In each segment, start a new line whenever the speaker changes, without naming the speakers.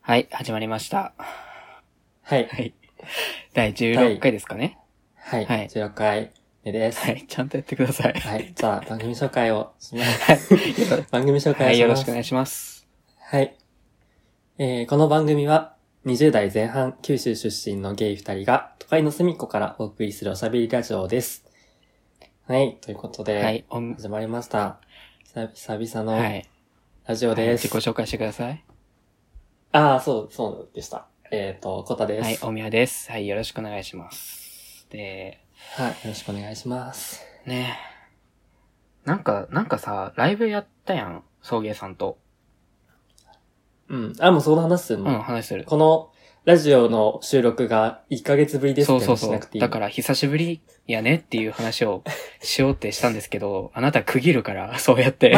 はい、始まりました。
はい。
はい。第16回ですかね。
はい。
はい
16回目です。
はい、ちゃんとやってください。
はい。じゃあ、番組紹介をします。番組紹
は
介を
い、
し
よろ
ま
しく
す。
お
は
願
い。
いします。
えーこの番組は、20代前半、九州出身のゲイ2人が、都会の隅っこからお送りするおしゃべりラジオです。はい。ということで、
はい、おん、
始まりました。久久々
は
の
い。
ラジオ
はい
です。
自己紹介してください。
ああ、そう、そうでした。えっ、と、コタです。
は
はい
い、。おみやです。はい、よろしくお願いします。で、
よろしくお願いします。
ねえ。なんか、なんかさ、ライブやったやん。送迎さんと。
うん。あ、もうその話する
う
の、
ん、話する。
このラジオの収録が1ヶ月ぶりです
そ
っ
う
て
そう
話し
そ
な
う
くて。いい
だから、久しぶりやねっていう話をしようってしたんですけど、あなた区切るから、そうやって。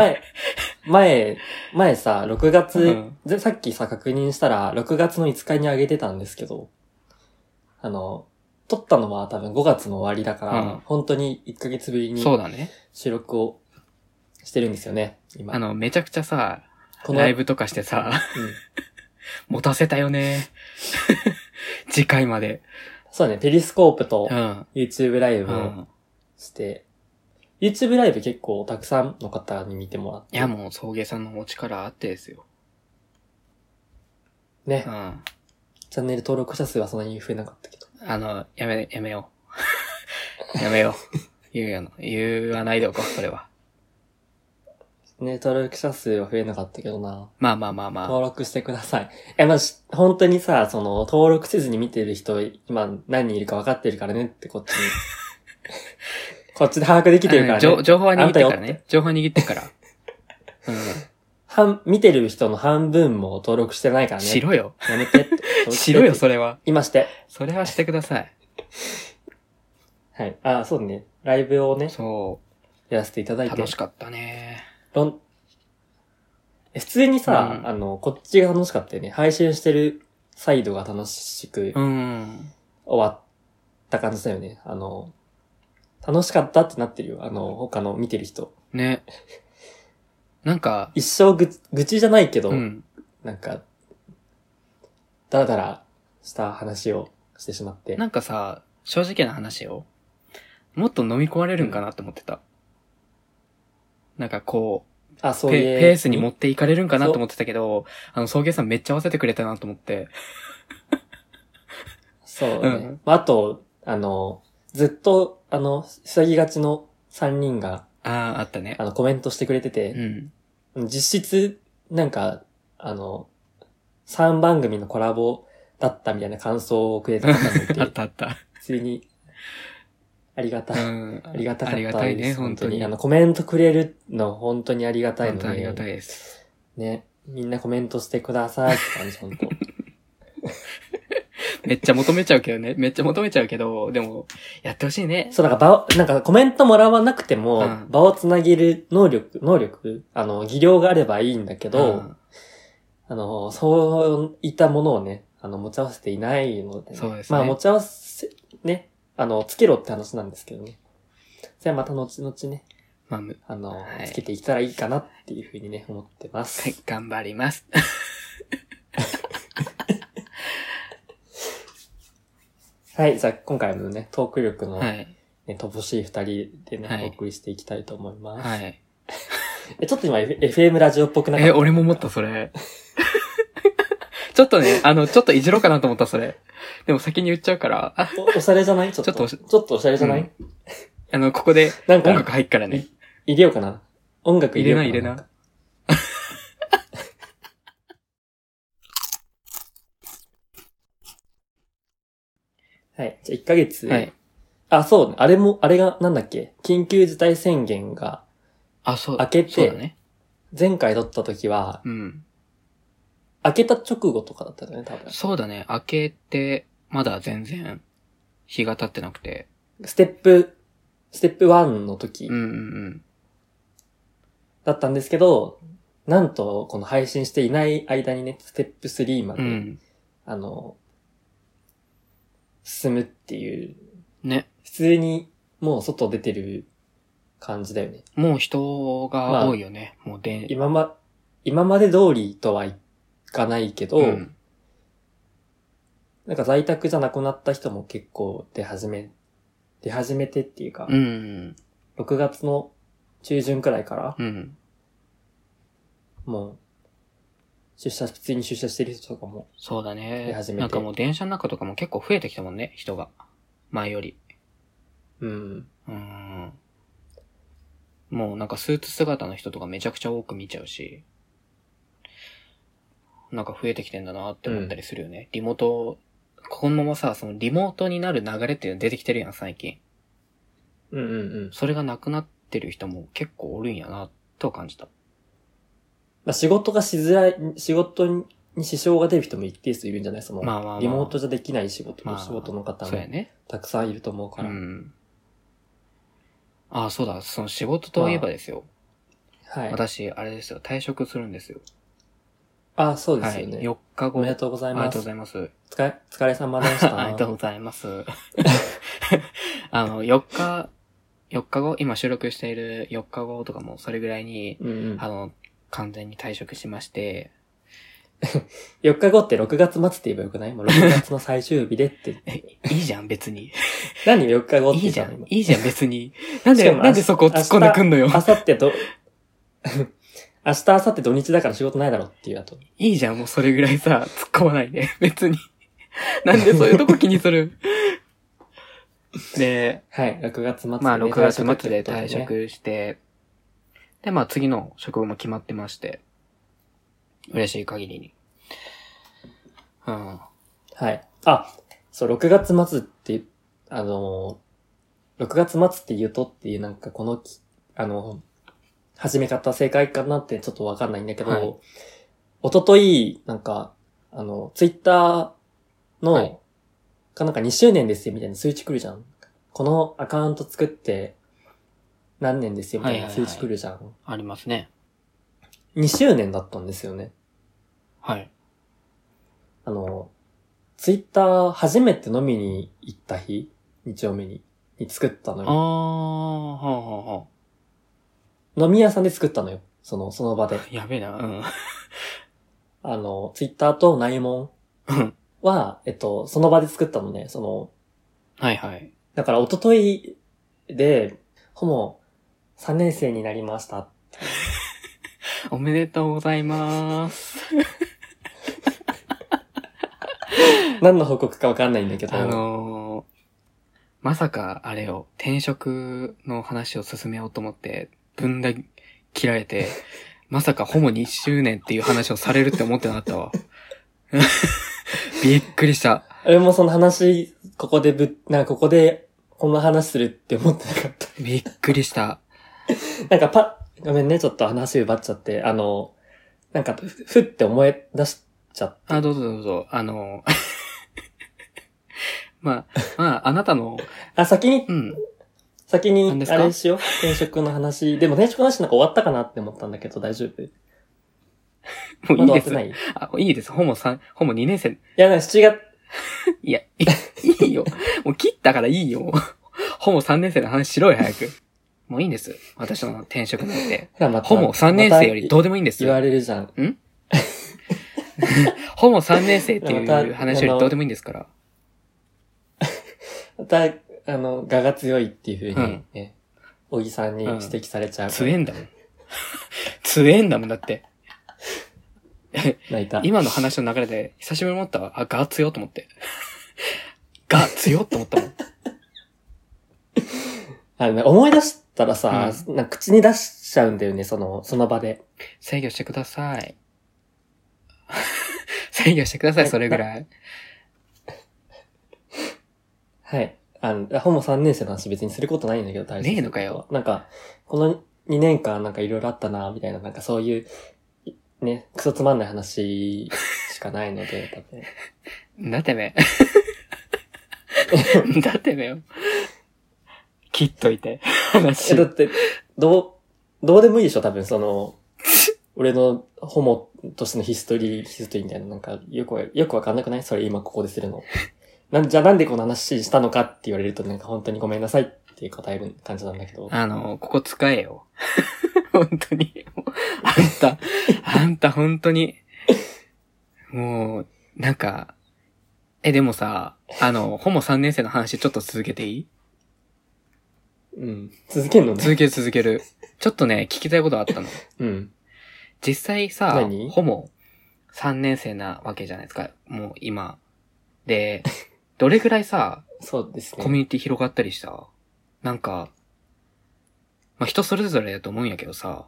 前、前、前さ、6月、
うん
でさっきさ確認したら、6月の5日にあげてたんですけど、あの、撮ったのは多分5月の終わりだから、
うん
本当に1ヶ月ぶりに
そうだね。
収録をしてるんですよね、今。
あの、めちゃくちゃさ、
この
ライブとかしてさ、
うん
持たせたよね。 次回まで。
そうだね、ペリスコープと
うん。
YouTube ライ
う
ブを
ん。
して、YouTube ライブ結構たくさんの方に見てもらって。
いや、もう、送迎さんのお力あってですよ。
ね
うん。。あ
チャンネル登録者数はそんなに増えなかったけど。
の、やめ、やめよう。や めよう。言うやの。言わないでおこう、それは。
ね、登録者数は増えなかったけどな。
まあまあまあまあ。
登録してください。え、まあ、し本当にさ、その、登録せずに見てる人、今何人いるか分かってるからねってこ っちに。こっちで把握できてる
あの
から
情
ね。
情報は握ってから
あんたよ
ね。情報は握って から。
半、見てる人の半分も登録してないか
うん。
らね。
しろよ。
やめてって。登録
しろよ、
してって
それは。
今して。
それはしてください。
はい。あ、そうね。ライブをね、
そ
やらせていただ
う。
いて
楽し。かったね。
ロンえ普通にさ、
うん
あの、こっちが楽しかったよね。配信してるサイドが楽しく。
うん。
終わった感じだよね。あの、楽しかったってなってるよ。あの、他の見てる人。
ね。なんか、
一生ぐ愚痴じゃないけど、
うん。
なんか、だらだらした話をしてしまって。
なんかさ、正直な話よ。もっと飲み込まれるんかなって思ってた。なんかこ
あ、
う、
そう
ペ
いう。
ペースに持っていかれるんかな
そう
と思ってたけど、あの、送迎さんめっちゃ合わせてくれたなと思って。
そうね。
うん
まあ、あと、あの、ずっと、あの、塞ぎがちの3人が、
ああ、あったね
あ。の、コメントしてくれてて
う、ん。
実質、なんか、あの、3番組のコラボだったみたいな感想をくれた方 もいて
あっ、たあった。
普通に、ありがた
う
い。
ん。
ありがたか
あ
った
り
です。
がたいね、本当に。
あの、コメントくれるの、本当にありがたい
本
の
当
で。
にありがたいです。
ね。みんなコメントしてくださいって感じ、本当。
めっちゃ求めちゃうけどね。めっちゃ求めちゃうけど、でも、やってほしいね。
そう、なんか場を、なんかコメントもらわなくても、
うん
場をつなげる能力、能力あの、技量があればいいんだけど、
うん
あの、そういったものをね、あの、持ち合わせていないので、
そうですね
まあ、持ち合わせ、ね、あの、つけろって話なんですけどね。じゃあまた後々ね、
まあ、む
あの、
はい
つけていけたらいいかなっていうふうにね、思ってます。
はい、頑張ります。
はい、じゃあ今回もね、トーク力の、
は
ね
い。
乏しい二人でね、
はい
お送りしていきたいと思います。
はい。
えちょっと今、F- FM ラジオっぽくなかっ
え、
た
俺も思った、それ。 ちょっとね、あの、ちょっといじろうかなと思った、それ。でも先に言っちゃうから、あ、
おおしゃれじゃないちょっ
ちょ
と。
っとおし
ちょっとおしゃれじゃない、
うんあの、ここで
なん
音
か、
楽入っからね。
入れようかな。音楽入
入
れ
れ
ようか
な
な。
い入れな。
はい。じゃあ1ヶ月。
はい。
あ、そうね。あれも、あれが、なんだっけ。緊急事態宣言が、
あ、そう。
開けて
そうだね。
前回撮った時は、
うん。
開けた直後とかだったよね、多分。
そうだね。開けて、まだ全然、日が経ってなくて。
ステップ、ステップ1の時
うんうんうん。
だったんですけど、なんと、この配信していない間にね、ステップ3ま
う
で、
ん。
あの、進むっていう、
ね。
普通にもう外出てる感じだよね。
もう人が多いよね。もう電、
今ま、今まで通りとはいかないけど、
うん
なんか在宅じゃなくなった人も結構出始め、出始めてっていうか、
うん。
6月の中旬くらいから、
うん。
もう、出社、普通に出社してる人とかも、
そうだ
出
ね
始。めて
なんかもう電車の中とかも結構増えてきたもんね、人が。前より。
うん。
うん。もうなんかスーツ姿の人とかめちゃくちゃ多く見ちゃうし、なんか増えてきてんだなって思ったりするよね。リモート、このままさ、そのリモートになる流れっていうの出てきてるやん、最近。
うんうんうん。
それがなくなってる人も結構おるんやな、とは感じた。
まあ、仕事がしづらい、仕事に支障が出る人も一定数いるんじゃないその、
まあまあまあ
リモートじゃできない仕事、
まあ
仕事の方
そうや
も
ね。
たくさんいると思う
う
から。
ん。ああ、そうだ。その仕事といえばですよ。
はい。
私、あれですよ。退職するんですよ。
あ、そうですよ
は
ね。
い。4日後。
おめでとうござ
あ
い
りが
ま
とう
す。
ございます。
お疲れ、疲れ様でした。
ありがとうございます。 あの、4日、4日後、今収録している4日後とかもそれぐらいに、
うんうん。
あの、完全に退職しま して、
4日後って6月末って言えばよくな いもう6月の最終日でって。
いいじゃん、別に。
何4日後って
い
言
い
っ
じ
た
ゃ
の
ん
今、
いいじゃん、別 に。なん
し
で、
かも
なんでそこを突っ込んでくんのよ。
明後日ど、 明日、明後日土日だから仕事ないだろっていうだと。
いいじゃん、もうそれぐらいさ、突っ込まないで、別 に。なんでそういうとこ気にする で、
はい、6月末で、
まあ、6月末で退
退職ってことね
職して、で、まあ、次の職も決まってまして、嬉しい限りに。うん。
はい。あ、そう、6月末って、あのー、6月末って言うとっていうなんかこのき、あのー、始め方正解かなってちょっとわかんないんだけど、
はい
一昨日なんか、あの、ツイッターの、
はい
かなんか2周年ですよみたいな数値来るじゃん。このアカウント作って何年ですよみたい
は
な
いはいは
数
い
値来るじゃん。
ありますね。
2周年だったんですよね。
はい。
あの、ツイッター初めて飲みに行った日、2丁目に、に作ったの
あー、は
よ。
あ、はあ、は
飲み屋さんで作ったのよ。その、その場で。
あ。やべえな、うん。
あの、ツイッターと内門
うん
は、えっと、その場で作ったのね。その、
はいはい。
だから一昨日で、ほぼ3年生になりました。
おめでとうございます。
何の報告かわかんないんだけど、
あのー、まさかあれを、転職の話を進めようと思って、ぶんだ切られて、 まさかホモ2周年っていう話をされるって思ってなかったわ。 びっくりした。
俺もその話、ここでぶ、なんかここで、こんな話するって思ってなかった。
びっくりした。
なんかパッ、ごめんね、ちょっと話奪っちゃって、あの、なんかふ、ふって思い出しちゃっ
あ、どうぞどうぞ。あのー、 まあ、まあ、あなたの、
た。あ、先に、
うん、
先
何で
に、
すか
あれしよう。転職の話。 でも転職の話なんか終わったかなって思ったんだけど、大丈夫
もう
ま
いいで
だ終わって
す。
ないい
あいいです。ホモ3、ホモ2年生。
や、なんか7月、
いや、いいいよ。もう切ったからいいよ。ホモ3年生の話しろよ、早く。もういいんです。私の転職なんて。
ほらまた
ホモ3年生よりど
ま
うでもいいんで
た
す
言わ
よ。
れるじゃん。
ホモ3年生ってい
また
う話よりどうでもいいんですから。
また、あの、我が強いっていうふうにね、小木さんに
うん
指摘されちゃう。
つえんだもん。つえんだもんだって。
泣いた。
今の話の流れで久しぶりに思ったわ。あ、ガー強っと思って。ガー強っと思ったもん。
あのね思い出したらさ、なんか口に出しちゃうんだよね、その、その場で。
制御してください。制御してください、それぐらい。
はい。あの、ホモ3年生の話別にすることないんだけど、大
ねえのかよ。
なんか、この2年間なんかいろいろあったな、みたいな、なんかそういう、いね、クソつまんない話しかないので、多分。
だて めえ。だてめえよ。切っといて。
え、
話
だ。って、どう、どうでもいいでしょ、多分、その、俺のホモとしてのヒストリー、ヒストリーみたいな、なんか、よくわ、よくわかんなくないそれ今ここです るの。なん、じゃあなんでこの話したのかって言われると、なんか本当にごめんなさいって答える感じなんだけど。
あの、ここ使えよ。本当に。あんた、あんた本当に。もう、なんか、え、でもさ、あの、ホモ3年生の話ちょっと続けていい
うん。続けんのね。
続ける続ける。ちょっとね、聞きたいことあったの。
うん。
実際さ
何、
ほぼ3年生なわけじゃないですか。もう今。で、どれぐらいさ、
そうです
コ
ね。
ミュニティ広がったりしたなんか、まあ、人それぞれだと思うんやけどさ、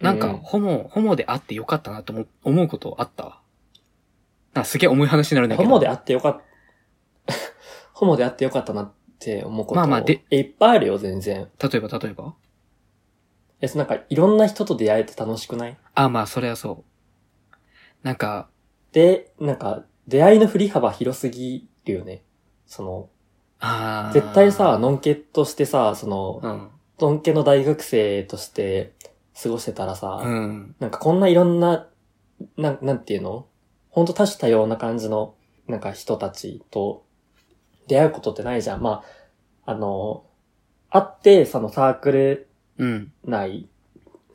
なんか、
うん
ホモ、ホモであってよかったなと思思うことあったなんかすげえ重い話になるんだけ
ホ
ど。
モであってよかった。 ホモであってよかったなって思うこと
まあまあで
えいっぱいあるよ、全然。
例えば、例えば
え、そうなんか、いろんな人と出会えて楽しくない
あ、まあ、それはそう。なんか、
で、なんか、出会いの振り幅広すぎるよね。その、
あー
絶対さ、、ノンケとしてさ、その、
うん。
ノンケの大学生として過ごしてたらさ、
うん。
なんかこんないろんな、なん、なんていうのほんと多種多様な感じの、なんか人たちと出会うことってないじゃん。まあ、あの、会って、そのサークル
うん。
内、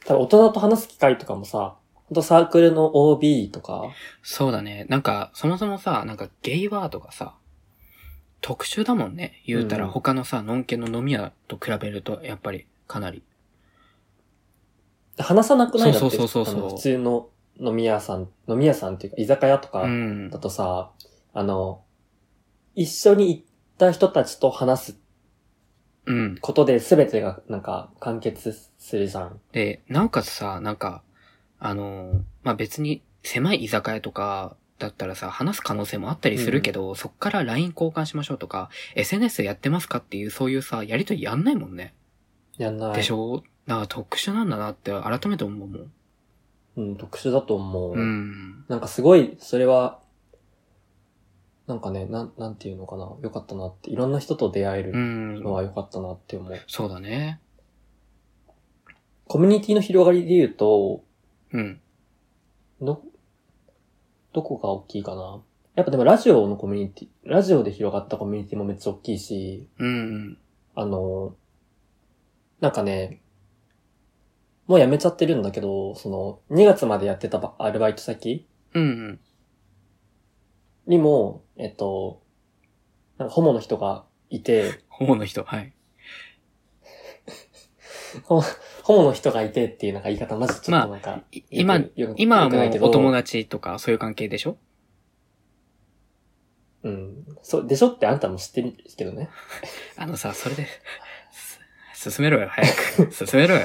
多分大人と話す機会とかもさ、ほんとサークルの OB とか、
そうだね。なんか、そもそもさ、なんかゲイバーとかさ、特殊だもんね。言うたら
うん
他のさ、ノンケの飲み屋と比べると、やっぱりかなり。
話さなくないだって
そうそうそうそうそう
あの普通の飲み屋さん、飲み屋さんっていうか居酒屋とか、
うん
だ。とさ、あの、一緒に行った人たちと話す
うん。
ことで全てがなんか完結するじゃん。
で、なおかつさ、なんか、あのーまあ、別に狭い居酒屋とかだったらさ、話す可能性もあったりするけど、そっから LINE 交換しましょうとか、SNS やってますかっていう、そういうさ、やりとりやんないもんね。
やんない。
でしょなんか特殊なんだなって改めて思うもん。
うん、特殊だと思う。
うん。
なんかすごい、それは、なんかね、なん、なんていうのかな。よかったなって。いろんな人と出会え
う
る
ん
の。はよかったなって思う。
そうだね。
コミュニティの広がりで言うと、
うん。
ど、どこが大きいかな。やっぱでもラジオのコミュニティ、ラジオで広がったコミュニティもめっちゃ大きいし、
うん。
あの、なんかね、もうやめちゃってるんだけど、その、2月までやってたばアルバイト先
うんうん。
にも、えっと、なんかホモの人がいて、
ホモの人、はい。
ホモの人がいてっていうなんか言い方マジちょっとなんか、
い今、今はもうお友
達。
達とかそういう関係でしょ
うん。そう、でしょってあんたも知ってるけどね。
あのさ、それで、す進めろよ、早く。 進めろよ。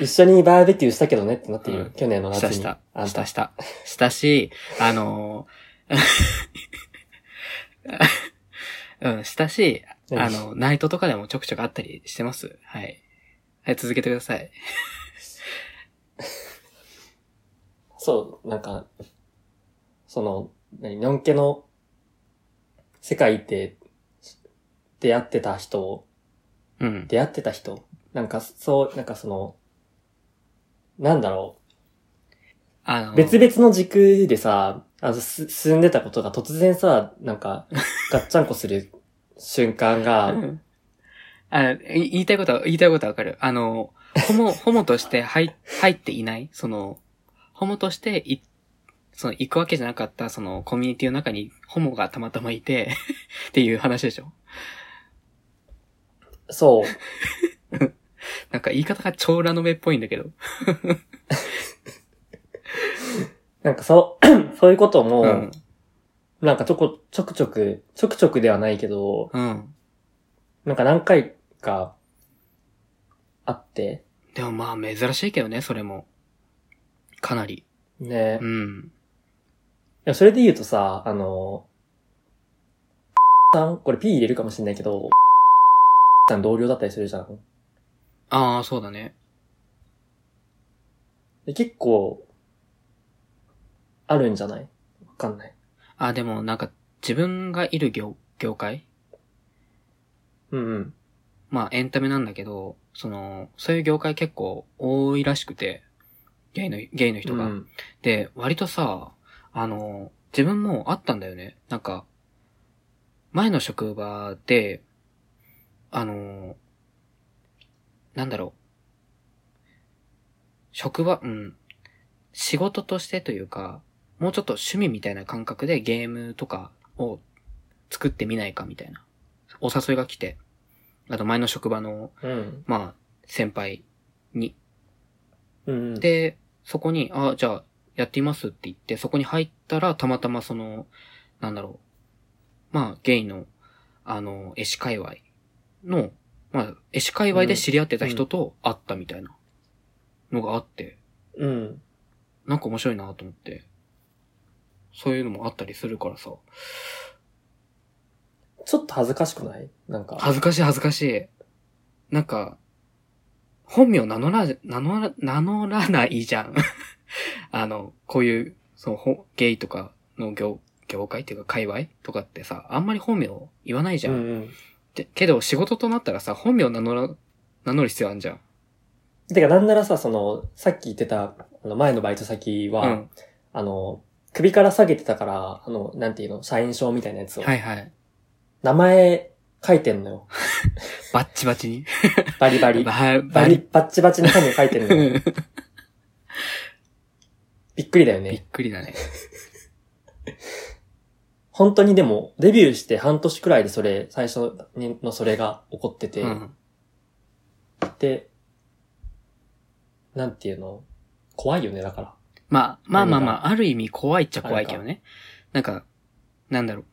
一緒にバーベキューしたけどねってなってるよ。
うん
去年の
し
夏
た
に。
した。
あん
した
た。
した。したし、あのー うん、したし、あ
何
の、ナイトとかでもちょくちょくあったりしてます。はい。はい、続けてください。
そう、なんか、その、何、のんけの世界で出会ってた人を、
うん。
出会ってた人なんか、そう、なんかその、なんだろ
あ
う、
の、
別々の軸でさ、あの、す進んでたことが突然さ、な んか、ガッチャンコする瞬間が、
うんあい言いたいことは、言いたいことはわかる。あの、ホ モ、ホモとして入、入っていない、その、ホモとしてい、その、行くわけじゃなかった、その、コミュニティの中に、ホモがたまたまいて、 っていう話でしょ
そう、
なんか言い方が超ラノベっぽいんだけど。
なんかそう、 そういうことも、
うん。
なんかちょこ、ちょくちょく、ちょくちょくではないけど、
うん。
なんか何回かあって、
でもまあ、珍しいけどね、それも。かなり。
ね、
う
い
ん。
やそれで言うとさ、あの、さん、これ P 入れるかもしれないけど、さん同僚だったりするじゃん。
ああ、そうだね。
で結構、あるんじゃないわかんない。
ああ、でもなんか、自分がいる業、業界
うんうん。
まあエンタメなんだけど、その、そういう業界結構多いらしくて、ゲイの、ゲイの人が。
うん
で、割とさ、あの、自分もあったんだよね。なんか、前の職場で、あの、なんだろう。職場、うん。仕事としてというか、もうちょっと趣味みたいな感覚でゲームとかを作ってみないかみたいな、お誘いが来て、あと前の職場の、
うん。
まあ、先輩に、
うん。、
で、そこに、あ、じゃあ、やっていますって言って、そこに入ったら、たまたまその、なんだろう。まあ、ゲイの、あの、絵師界隈の、まあ、絵師界隈で知り合ってた人と会ったみたいなのがあって、
うん。
なんか面白いなと思って、そういうのもあったりするからさ、
ちょっと恥ずかしくないなんか。
恥ずかしい恥ずかしい。なんか、本名名乗ら、名乗ら、名乗らないじゃん。 あの、こういう、そのほ、ゲイとかの業、業界っていうか界隈とかってさ、あんまり本名言わないじゃ。
うんんうん。
でけど仕事となったらさ、本名名乗ら、名乗る必要あんじゃん。
てか、なんならさ、その、さっき言ってた、あの、前のバイト先は、
うん。
あの、首から下げてたから、あの、なんていうの、社員証みたいなやつを。
はいはい。
名前書いてんのよ。
バッチバチに。
バリバリ。バ
ババリ。
リ、バッチバチに本名書いてるのよ。びっくりだよ
びっ
ね。
くりだね。
本当にでも、デビューして半年くらいでそれ、最初にのそれが起こってて、
うん。
で、なんていうの怖いよね、だから。
まあ、まあまあ
何
ま
が
あ、ある意味怖いっちゃ怖いけどね。なんか、なんだろう。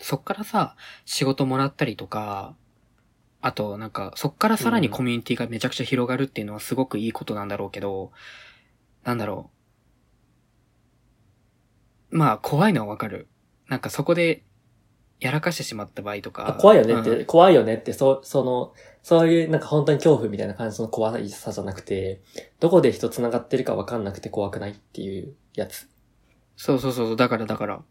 そっからさ、仕事もらったりとか、あと、なんか、そっからさらに
うん
コミュニティがめちゃくちゃ広がるっていうのはすごくいいことなんだろうけど、なんだろう。まあ、怖いのはわかる。なんかそこで、やらかしてしまった場合と
あ
か。
怖いよねって、
うん
怖いよねって、そ、その、そういうなんか本当に恐怖みたいな感じの怖さじゃなくて、どこで人繋がってるかわかんなくて怖くないっていうやつ。
そうそうそう、だからだから。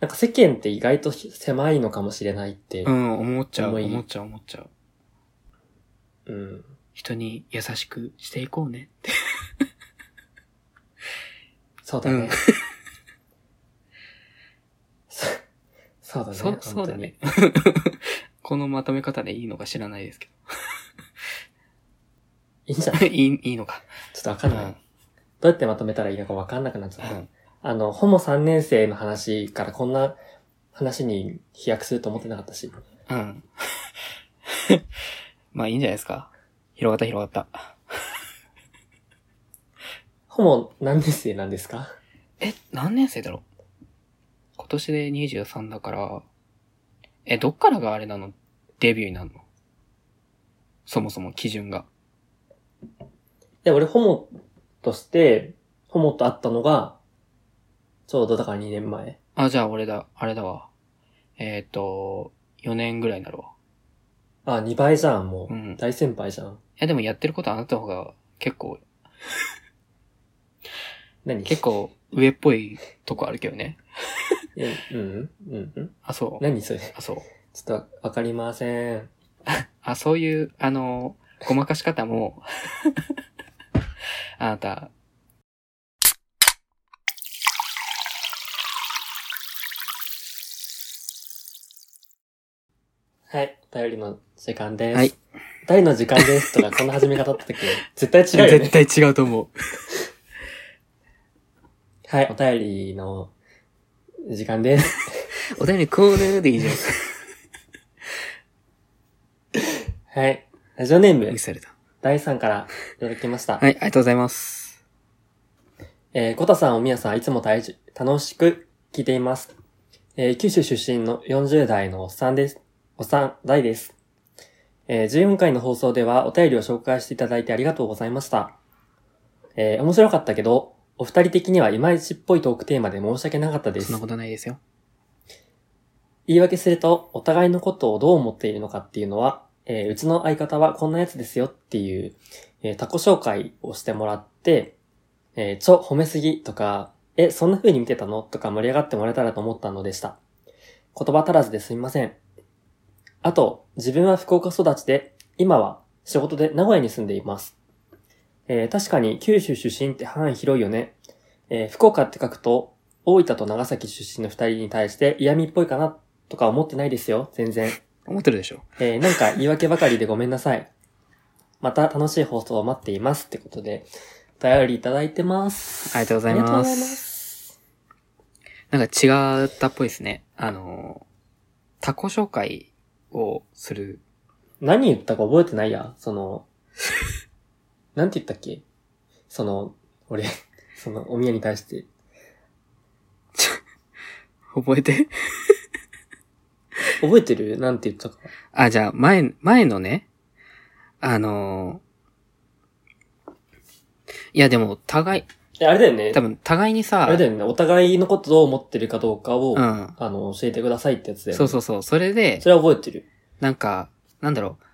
なんか世間って意外と狭いのかもしれないって、
うん、思っちゃう、
思い
思っちゃう、思っちゃう。
うん
人に優しくしていこうね。
そうだね。
うん
そそうだね。
そ、そ
本
う
当
だ
に
ね。。このまとめ方でいいのか知らないですけ
いいんじゃな
ど。
い
いい、いいのか。
ちょっとわかんない。
うん
どうやってまとめたらいいのかわかんなくなっちゃった。
うん
あの、ホモ3年生の話からこんな話に飛躍すると思ってなかったし。
うん。 まあいいんじゃないですか。広がった広がった。
ホモ何年生なんですか
え、何年生だろう今年で23だから、え、どっからがあれなのデビューになるのそもそも基準が。
で、俺ホモとして、ホモと会ったのが、ちょうどだから2年前。
あ、じゃあ俺だ、あれだわ。えっ、と、4年ぐらいになるわ。
あ、2倍じゃん、もう。
うん
大先輩じゃん。
いやでもやってることあなたの方が結構、
何
結構上っぽいとこあるけどね。
えうん、うん、うん。
あ、そう。
何それ
あ、そう。
ちょっとわかりません。
あ、そういう、あの、ごまかし方も、 あなた、
はい。お便りの時間です。
はい。
お便りの時間ですとか、こんな始め方だったっけ絶対違うよね
絶。対違うと思う。
はい。お便りの時間です。
お便りコーナーでい いじゃん。
はい。ラジオネーム
ミス、された。
第3からいただきました。
はい、ありがとうございます。
えー、コタさん、おみやさん、いつも大事楽しく聞いています。えー、九州出身の40代のおっさんです。おっさん、代です。えー、14回の放送ではお便りを紹介していただいてありがとうございました。えー、面白かったけど、お二人的にはいまいちっぽいトークテーマで申し訳なかったで
そん
す
なこ。とないですよ。
言い訳すると、お互いのことをどう思っているのかっていうのは、えーうちの相方はこんなやつですよっていう、えー、他己紹介をしてもらって、えーちょ、褒めすぎとか、え、そんな風に見てたのとか盛り上がってもらえたらと思ったのでした。言葉足らずですみません。あと、自分は福岡育ちで、今は仕事で名古屋に住んでいます。えー確かに九州出身って範囲広いよね。えー福岡って書くと、大分と長崎出身の二人に対して嫌味っぽいかなとか思ってないですよ、全然。
思ってるでしょ。
えーなんか言い訳ばかりでごめんなさい。また楽しい放送を待っていますってことで、便りいただいてます。
ありがとうございます
ありがとうございます。
なんか違ったっぽいですね。あの、他己紹介をする。
何言ったか覚えてないや。その、 なんて言ったっけその、俺、その、お宮に対して。
覚えて
覚えてるなんて言ったか。
あ、じゃあ、前、前のね、あの、いやでも、互い、
え、あれだよね
多。分、互いにさ、
あれだよね。お互いのことどう思ってるかどうかを、
う
あ
ん。
の、教えてくださいってやつだよね。
そうそうそう。それで
そ、れは覚えてる。
なんか、なんだろう。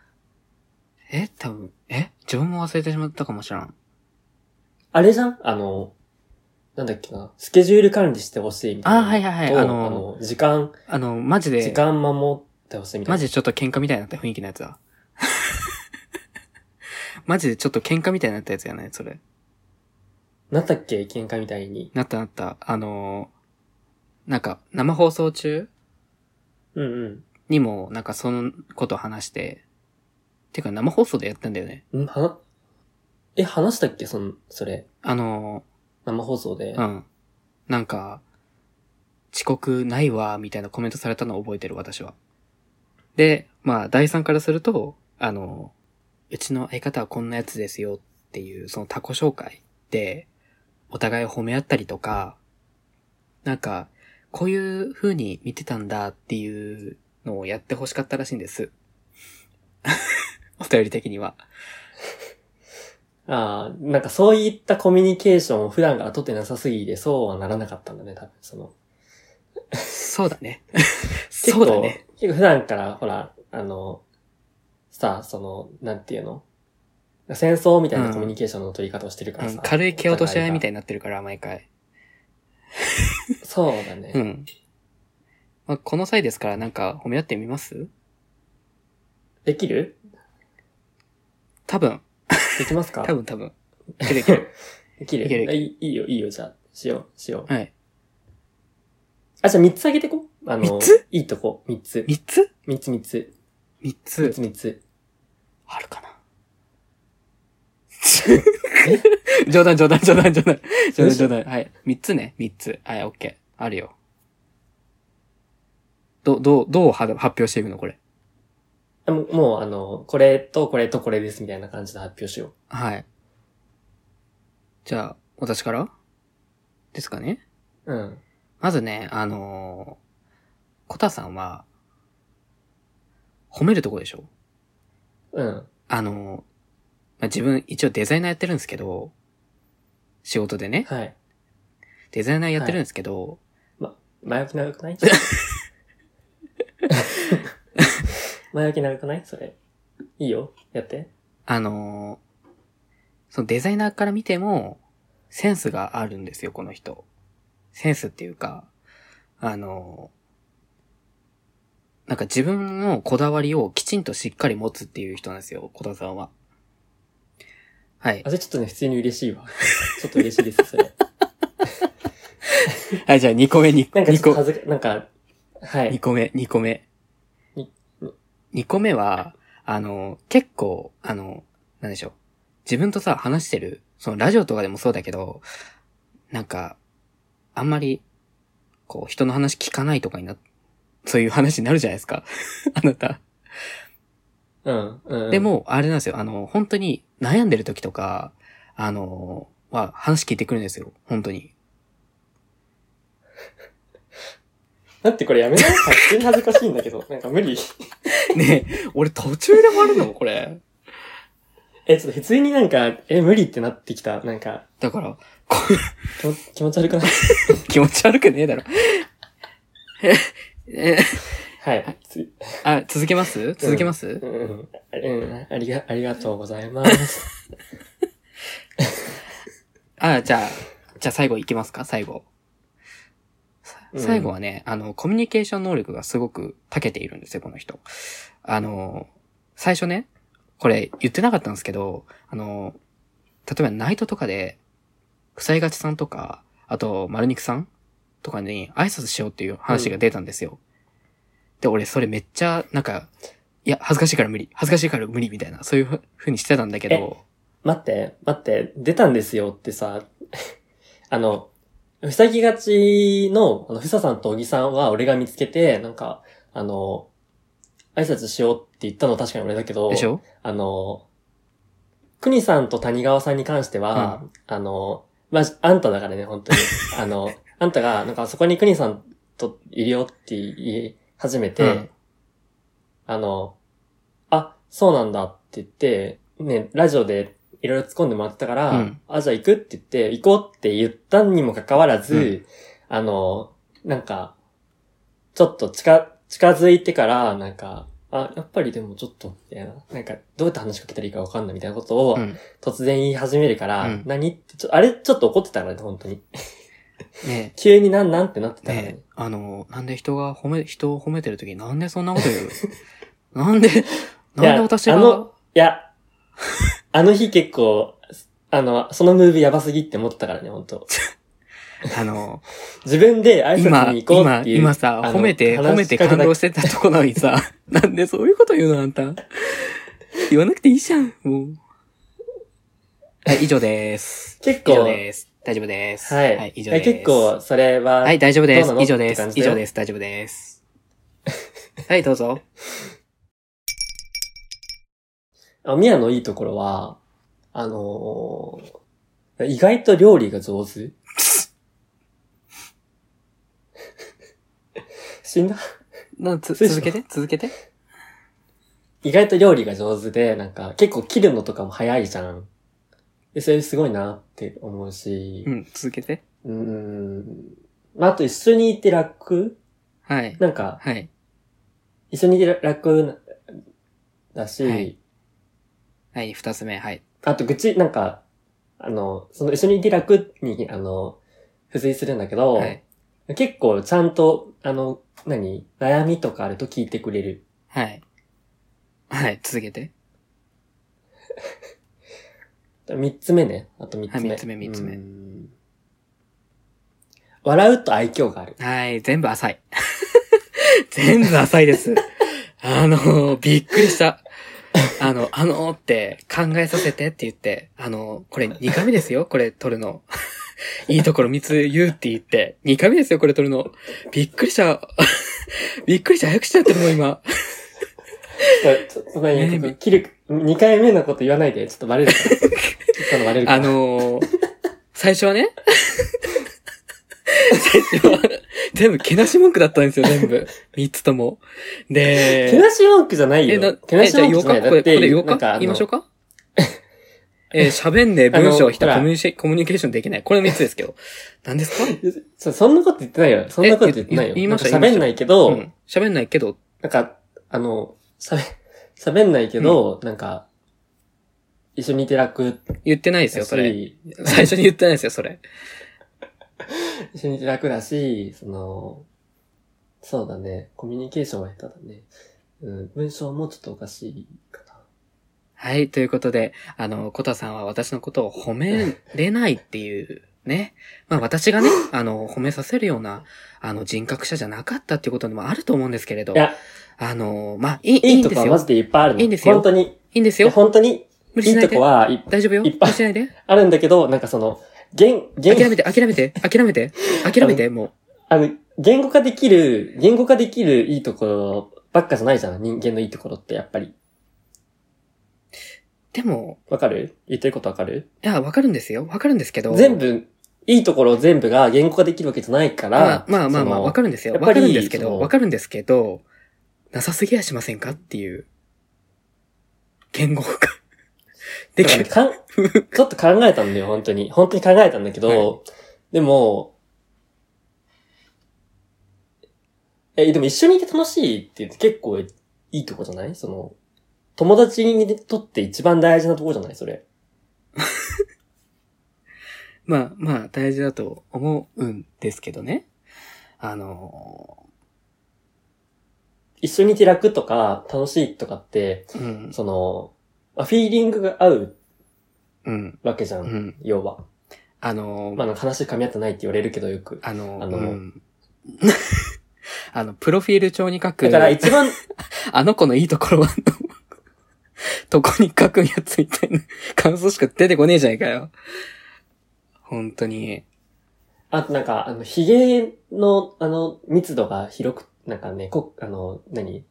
え多分、え自分も忘れてしまったかもしらん。
あれじゃんあの、なんだっけな。スケジュール管理してほしいみたいな。
あはいはいはい
と
あ
あ
の
の、時間、
あの、マジ
時
で、
間守ってほしいみたいな。
マジでちょっと喧嘩みたいになった雰囲気のやつだ。 マジでちょっと喧嘩みたいになったやつやないそれ。
なったっけ喧嘩みたいに。
なったなった。あのーなんか、生放送中
うんうん。
にも、なんかそのこと話して、てか生放送でやったんだよね。
んはな、え、話したっけその、それ。
あの
生放送で。
ーうん。なんか、遅刻ないわ、みたいなコメントされたのを覚えてる、私は。で、まあ、第三からすると、あのーうちの相方はこんなやつですよっていう、その他己紹介で、お互いを褒め合ったりとか、なんか、こういう風に見てたんだっていうのをやって欲しかったらしいんです。 お便り的には。
ああ、なんかそういったコミュニケーションを普段から取ってなさすぎて、そうはならなかったんだね、多分。その、
そうだ ね。
結
そ
構、
うだね。
結構普段から、ほら、あの、さあ、その、なんていうの戦争みたいなコミュニケーションの取り方をしてるか
う
ら
ん
さ。
軽い蹴落とし合いみた
い
いになってるから、毎回。
な。そうだね。
うん。まあ、この際ですから、なんか褒め合ってみます
できる
多分、
できますか
多分多分。出てく る。
できる
いけるいける
あいいいいよ、いいよ、じゃあ。しよう、しよう。
はい。
あ、じゃあ3つあげてこう。あ
三
の
つ、
いいとこ、3つ。
三つ
3つ3つ。
三
3
つ
つ3つ。
あるかな冗談冗談冗談冗談。冗談冗談。はい。三つね。三つ。はい、オッケー。あるよ。ど、どう、どうは発表していくのこれ。
あもう、もうあの、これとこれとこれですみたいな感じで発表しよう。
はい。じゃあ、私からですかね
うん。
まずね、あのー、コタさんは、褒めるとこでしょ
うん。
あのー、まあ、自分一応デザイナーやってるんですけど、仕事でね、
はい。
デザイナーやってるんですけど、
前置き長 くない前置き長くないそれ。いいよ。やって。
あのー、そのデザイナーから見ても、センスがあるんですよ、この人。センスっていうか、あのー、なんか自分のこだわりをきちんとしっかり持つっていう人なんですよ、コタさんは。はい
あ、。それちょっとね、普通に嬉しいわ。ちょっと嬉しいです、それ。
はい、 じゃあ2個目、2個
なんかちょっと
目。
恥ずか、なんか、はい
2。個目、2個目
に。
2個目は、あの、結構、あの、なんでしょう。自分とさ、話してる、そのラジオとかでもそうだけど、なんか、あんまり、こう、人の話聞かないとかにな、そういう話になるじゃないですか。 あなた。
うん。うん。
で、も、あれなんですよ。あの、本当に悩んでる時とか、あの、は話聞いてくるんですよ。本当に。
だってこれやめない 普通に恥ずかしいんだけど。なんか無理。
ねえ俺途中で終わるのこれ。
え、ちょっと普通になんか、え、無理ってなってきた。なんか、
だから、こ
気持気持ち悪くない
気持ち悪くねえだろ。え、え、
はい。つ
あ、続けます続けます、
うんうん。あうん。ありが、ありがとうございます。
あ、じゃあ、じゃあ最後いきますか最後。さ
うん
最後はね、あの、コミュニケーション能力がすごく長けているんですよ、この人。あの、最初ね、これ言ってなかったんですけど、あの、例えばナイトとかで、草井がちさんとか、あと、丸肉さんとかに挨拶しようっていう話が出たんですよ。で、俺それめっちゃ、なんか、いや、恥ずかしいから無理、恥ずかしいから無理みたいな、そういうふふうにしてたんだけど、
待って、待って、出たんですよってさ、 あの、ふさぎがちの、あの、ふささんと小木さんは俺が見つけて、なんか、あの、挨拶しようって言ったのは確かに俺だけど、
でしょ
あの、くにさんと谷川さんに関しては、あの、まじ、あんただからね、本当に。あの、あんたが、なんかあそこにくにさんといるよって言い始めて、
うん
あの、あ、そうなんだって言って、ね、ラジオでいろいろ突っ込んでもらってたから、
うん
あ、じゃあ行くって言って、行こうって言ったにもかかわらず、
うん
あの、なんか、ちょっと近、近づいてから、なんか、あ、やっぱりでもちょっと、みたいな。なんか、どうやって話しかけたらいいかわかんないみたいなことを
う、ん。
突然言い始めるから、
うん
何って、ちょ、あれちょっと怒ってたからね、本当に。
ね
急になんなんってなって
え、
たからね
ねえ、あの、なんで人が褒め、人を褒めてるときになんでそんなこと言う なんで、なんで私
いやあ
が
の、いや、 あの日結構、あの、そのムーブやばすぎって思ってたからね、本当
あの、
自分で挨拶
今、
に行こう
今
っ、ていう。
今さ、
あの
褒めて、
話し
褒めて
かけ
感
た
動してたとこなのにさ、 なんでそういうこと言うのあんた。言わなくていいじゃん、もう。はい、以上です。
結
以上
構、
です。大丈夫です。
はい。
以上
いや
です。
結構、それは、
はい、大丈夫です
どうな。の
以上で
って感
す。
じ
以
だよ
上です。大丈夫です。はい、どう ぞ。
あ宮のいいところは、あのー意外と料理が上手。死んだ
なつ
そうでしょ
続けて、続けて。
意外と料理が上手で、なんか結構切るのとかも早いじゃん。で、それすごいなって思うし
う、ん、続けて。
うーん。まあ、あと一緒にいて楽
はい。
なんか、
はい。
一緒にいて楽なだし、
はいはい、二つ目、はい。
あと、愚痴、なんか、あの、その一緒にいて楽に、あの、付随するんだけど、
はい。
結構ちゃんと、あの、何悩みとかあると聞いてくれる。
はい。はい、続けて。
三つ目ね。あと三つ目。
はい三つ目三つ目
うん笑うと愛嬌がある。
はい、全部浅い。 全部浅いです。あの、びっくりした。あの、あのーって考えさせてって言って、あの、これ2回目ですよ、これ撮るの。 いいところ3つ言うって言って、2回目ですよ、これ撮るの。びっくりした。 びっくりした、早口しちゃってるもん、今。
ちょっと、ちょっと何、
ね
ちょっと切る、二回目のこと言わないで、ちょっとバレるから。切ったのバレるか
あ
ら。
のー、最初はね、 最初は、全部けなし文句だったんですよ、全部。3つとも。で、
けなし文句じゃないよ。けなし
じゃあ
文句
よ
じゃない。
か
だ
これ、
っ
これ
て、
よ
な
か
んかあ
言いましょう
の、
かえー喋んねえ、
あの
文章をひた
ほら
コミュニケコミュニケーションできない。これの3つですけど。何ですか
そそんなこと言ってないよ。そんなこと言ってない
え
よ。
言いました
なんか喋んないけど、
うん喋んないけど、
なんか、あの、喋、喋んないけど、なんか、一緒にいて楽
言ってないです
だ
よ、それ。
し、
最初に言ってないですよ、それ。
一緒にいて楽だし、その、そうだね、コミュニケーションは下手だね。うん、文章もちょっとおかしいかな。
はい、ということで、あの、コタさんは私のことを褒めれないっていう、ね。 まあ私 がね、あの、褒めさせるような、あの、人格者じゃなかったっていうことにもあると思うんですけれど
い、や、
あの、まあ、いい、い
い
い
い
ん
と
で
こ
す
はマ
よ。
ジでいっぱいあるの。
いいんですよ
本当に。
いいんです
いや
よ。
本当に、
無
い
理し
い
ない
と
で
こ。はいっ
大丈夫よ。
いっぱい
無理しないで。
あるんだけど、なんかその、言、言、
諦めて、諦めて、諦め て、諦めて、もう。
あの、言語化できる、言語化できるいいところばっかじゃないじゃん。人間のいいところってやっぱり。
でも、
わかる言ってることわかる
いや、わかるんですよ。わかるんですけど。
全部、いいところ全部が言語化できるわけじゃないから。
まあまあまあまあ、わか
る。
るんですよ。
やっ
わ
ぱ
か
り
るんですけ
そ
ど、
の
わかるんですけど、なさすぎやしませんかっていう。言 語化。でき
だ
る。
から かんちょっと考えたんだよ、本当に。本当に考えたんだけど、
は
でも、え、でも一緒にいて楽しいって結構いいとこじゃないその、友達にとって一番大事なとこじゃないそれ。
まあまあ、大事だと思うんですけどね。あの
一緒にいて楽とか楽しいとかって、
ー、うん、
その、まあフィーリングが合う
うん、
わけじゃ、
うんん。
要は。
あのー、
まあ、あの話噛み合ってないって言われるけどよく。
あのー、
あの
うん、 あの、プロフィール帳に書く
だ、から一番、
あの子のいいところは、とこに書くんやつみたいな感想しか出てこねえじゃないかよ。本当に。
あとなんか、あの、髭の、あの、密度が広く、なんかね、こ、あの、何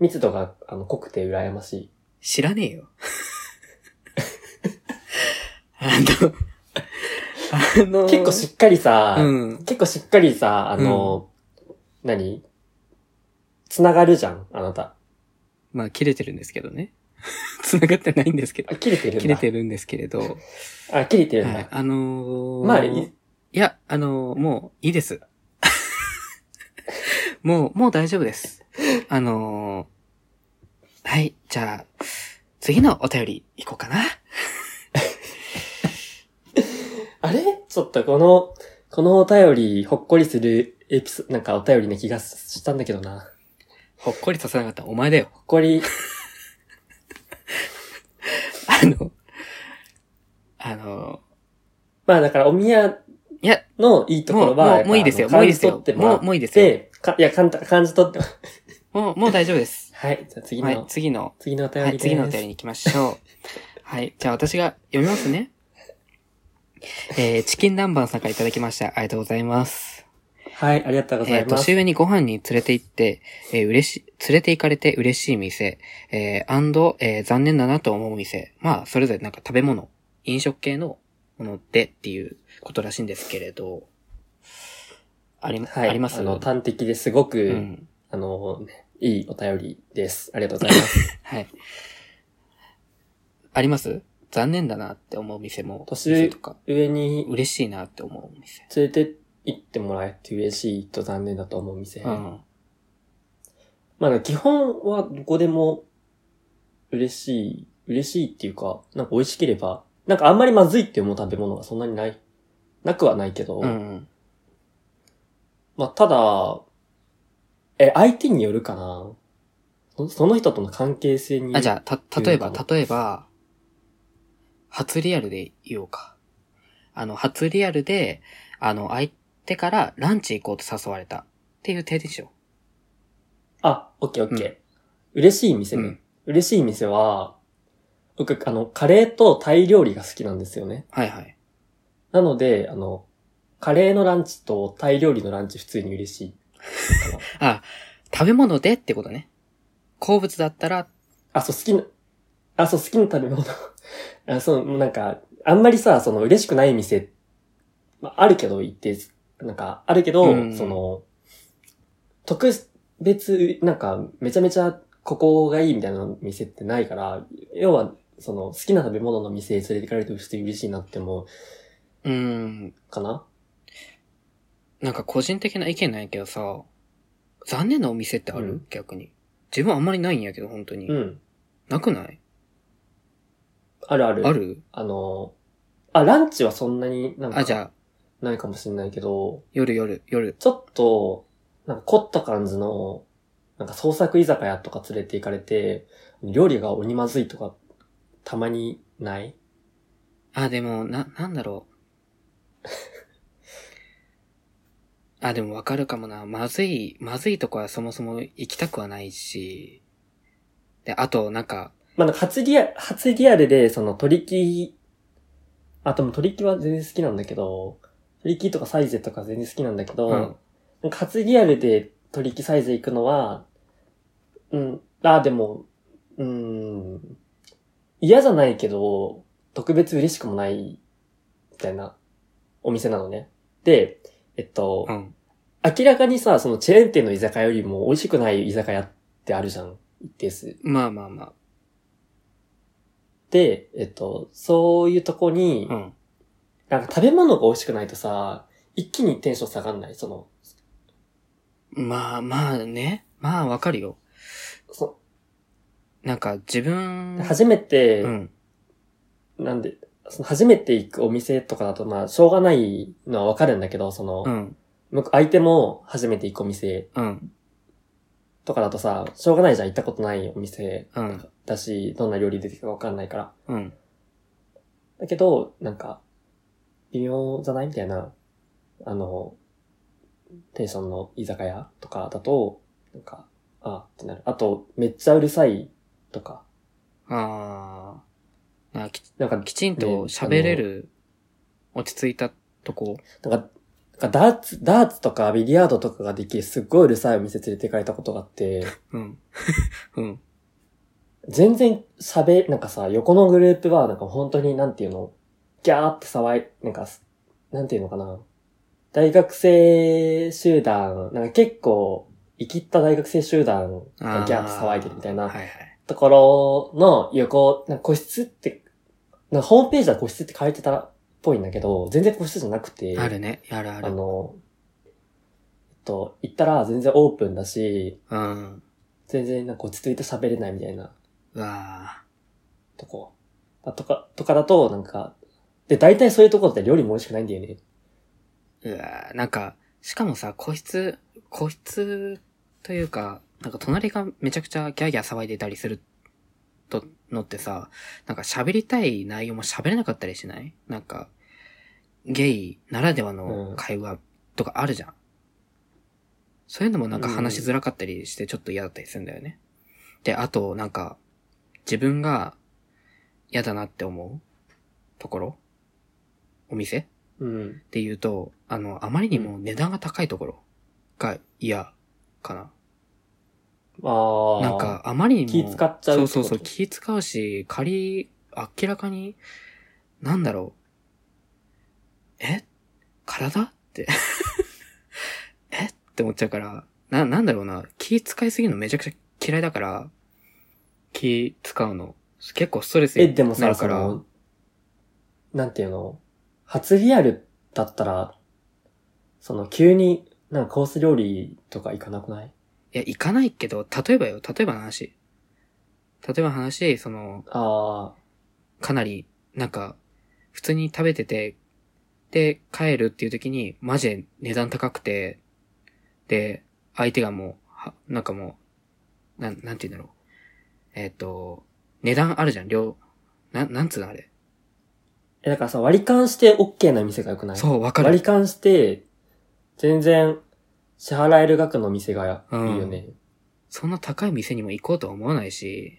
密度が、あの、濃くて羨ましい。
知らねえよ。あの、あの、
結構しっかりさ、
うん。
結構しっかりさ、あの、何つながるじゃん、あなた。
まあ、切れてるんですけどね。 繋がってないんですけど
あ、。切れてるんだ。
切れてるんですけれど。は
あ、切れてるんだ。
い。あのー、
まあ、
い
い
や、あのー、もういいです。 もう、もう大丈夫です。あのー、はい、じゃあ、次のお便り行こうかな。
あれちょっとこの、このお便り、ほっこりするエピソなんかお便りな気がしたんだけどな。
ほっこりさせなかったお前だよ。
ほっこり、
あの、あの、
まあだから、おみや
いや、
のいいとこ
もう
ろは、
もう
やっぱ
もういいですよ
あの
もういいですよ
感じ取ってらって
もうもういいですよ
かいや、感感じ取って、
もう、もう大丈夫です。
はい、じゃあ 次の、
はい、次の、
次のお便
は
り
い、
です。
次のお便りに行きましょう。 はい、じゃあ私が読みますね。えー、チキン南蛮さんからいただきました。ありがとうございます。
はい、ありがとうござ
え
い
ー
ます。
年上にご飯に連れて行って、えー嬉し、連れて行かれて嬉しい店、えー、and、えー残念だなと思う店。まあ、それぞれなんか食べ物、飲食系のものでっていうことらしいんですけれど、あり、
はい、
あります
あの、端的ですごく、
うん。
あの、ねいいお便りです。ありがとうござ います。
はい。あります残念だなって思う店も、
年
店とか、
上に
嬉しいなって思う店。
連れて行ってもらえて嬉しいと残念だと思う店。
うん。
まあ、基本はどこでも嬉しい、嬉しいっていうか、なんか美味しければ、なんかあんまりまずいって思う食べ物がそんなにない、なくはないけど、
うん。
まあ、ただ、え、相手によるかなそその人との関係性に。
あ、じゃあ、た、例えば
うん、
例えば、初リアルで言おうか。あの、初リアルで、あの、相手からランチ行こうと誘われた。っていう定でしょ。
あ、オッケーオッケー。嬉しい店ね、
うん
嬉しい店は、僕、あの、カレーとタイ料理が好きなんですよね。
はいはい。
なので、あの、カレーのランチとタイ料理のランチ普通に嬉しいかな。
あ、食べ物でってことね。好物だったら、
あ、そう、好きな、あ、そう、好きな食べ物。 あ、そう、もうなんか、あんまりさ、その、嬉しくない店、まあ、あるけど、行って、なんか、あるけど、
うん
その、特別、なんか、めちゃめちゃ、ここがいいみたいな店ってないから、要は、その、好きな食べ物の店に連れて行かれると普通に嬉しいなって思う
うーん、
かな
なんか個人的な意見なんやけどさ、残念なお店ってある、
うん
逆に。自分あんまりないんやけど、本当に。
うん。
なくない
あるある。
ある
あの、あ、ランチはそんなになん
あ、じゃ
か、
あ、
ないかもしれないけど、
夜夜夜。
ちょっと、なんか凝った感じの、なんか創作居酒屋とか連れて行かれて、料理が鬼まずいとか、たまにない
あ、でも、な、なんだ ろう。あ、でもわかるかもな。まずい、まずいとこはそもそも行きたくはないし。で、あと、なんか、
まあ、なんか初リア、初リアルで、その鳥木、あ、でも鳥木は全然好きなんだけど、鳥木とかサイゼとか全然好きなんだけど、
うん
なんか初リアルで鳥木サイゼ行くのは、うん、あ、でも、うん、嫌じゃないけど、特別嬉しくもない、みたいな、お店なのね。で、えっと、
うん。
明らかにさ、そのチェーン店の居酒屋よりも美味しくない居酒屋ってあるじゃん、一定数。
まあまあま
で、えっと、そういうとこに、
あ。うん。
なんか食べ物が美味しくないとさ、一気にテンション下がんないその、
まあまあね。まあわかるよ。
そ
なんか、自分、
初めて、
うん。
なんで、その初めて行くお店とかだと、まあ、しょうがないのはわかるんだけど、その、
うん。
向こう相手も初めて行くお店
うん。
とかだとさ、しょうがないじゃん、行ったことないお店
うん。
だし、どんな料理出てくるかわかんないから。
うん。
だけど、なんか、微妙じゃないみたいな、あの、テンションの居酒屋とかだと、なんか、あってなる。あと、めっちゃうるさいとか、
ああ。まあ、き
なんか
きちんと喋れる、落ち着いたとこ。
なんか、なんかダーツ、ダーツとかビリヤードとかができるすっごいうるさいお店連れて行かれたことがあって、
うん。 うん。
全然喋、なんかさ、横のグループはなんか本当になんていうの、ギャーって騒い、なんか、なんていうのかな。大学生集団、なんか結構、生きった大学生集団がギャーって騒いでるみたい
あー
な
はいはい。
ところの横、なんか個室って、なんかホームページは個室って書いてたっぽいんだけど、全然個室じゃなくて、
あるね。あるあ
あ
る。
の、えっと、行ったら全然オープンだし、
うん。
全然なんか落ち着いて喋れないみたいな
うわ
とこ。あとか、とかだと、なんか、で、大体そういうとこって料理も美味しくないんだよね。
ーうわーなんか、しかもさ、個室、個室というか、なんか隣がめちゃくちゃギャーギャー騒いでたりすると、のってさ、なんか喋りたい内容も喋れなかったりしないなんか、ゲイならでは
う
の
ん
会話とかあるじゃん。そういうのもなんか話しづらかったりしてちょっと嫌だったりするんだよね。で、あと、なんか、自分が嫌だなって思うところお店っ
うん。
ていうと、あの、あまりにも値段が高いところが嫌かな。
ああ。
なん、か、あまりにも。
気使っちゃうって
そ
こ
う
と
そうそう、気使うし、仮、明らかに、なんだろう。え体って。 えって思っちゃうから、な、なんだろうな。気使いすぎるのめちゃくちゃ嫌いだから、気使うの。結構ストレス
え、
に
でも
な
さ、
る
そ
から。
の、なんていうの、初リアルだったら、その、急に、なんかコース料理とか行かなくない
いや、行かないけど、例えばよ、例えばの話。例えばの話、その、
ああ、
かなり、なんか、普通に食べてて、で、帰るっていう時に、マジで値段高くて、で、相手がもう、は、なんかもう、なん、なんて言うんだろう。えっ、と、値段あるじゃん、量。なん、なんつうのあれ。
え、だからさ、割り勘して OK な店が良くない
そう、わか
割り
る。
勘して、全然、支払える額の店がいいよね。
そんな高い店にも行こうとは思わないし、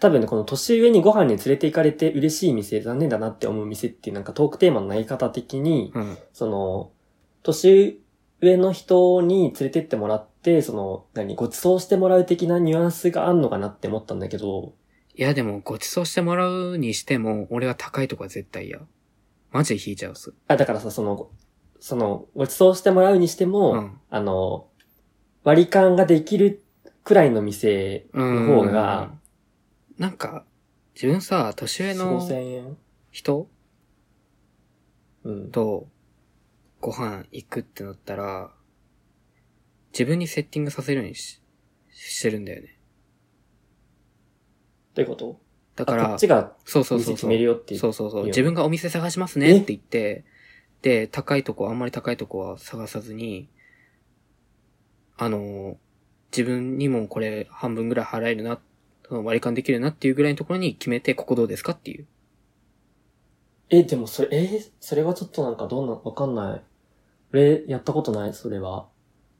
多分ね、この年上にご飯に連れて行かれて嬉しい店、残念だなって思う店っていうなんかトークテーマのなり方的に、
うん、
その、年上の人に連れてってもらって、その、何、ご馳走してもらう的なニュアンスがあんのかなって思ったんだけど、
いや、でも、ご馳走してもらうにしても、俺は高いとこは絶対嫌。マジで引いちゃうっす。
あ、だからさ、その、その、ご馳走してもらうにしても、
うん
あの、割り勘ができるくらいの店
うん。
の方が、
なんか、自分さ、年上
4、
の
5000円
人
うん。
とご飯行くってなったら、自分にセッティングさせるようにししてるんだよね。
どういうこと
だか
あこ
ら
っち、が
そうそう
店
そう
決
そ
め
う。
るよっていう。
そうそうそう。
いいよ
自分がお店探しますねって言って、で、高いとこ、あんまり高いとこは探さずに、あの、自分にもこれ半分ぐらい払えるな、その割り勘できるなっていうぐらいのところに決めて、ここどうですかっていう。
え、でもそれ、えーそれはちょっとなんかどんな、わかんない。俺、やったことない、それは。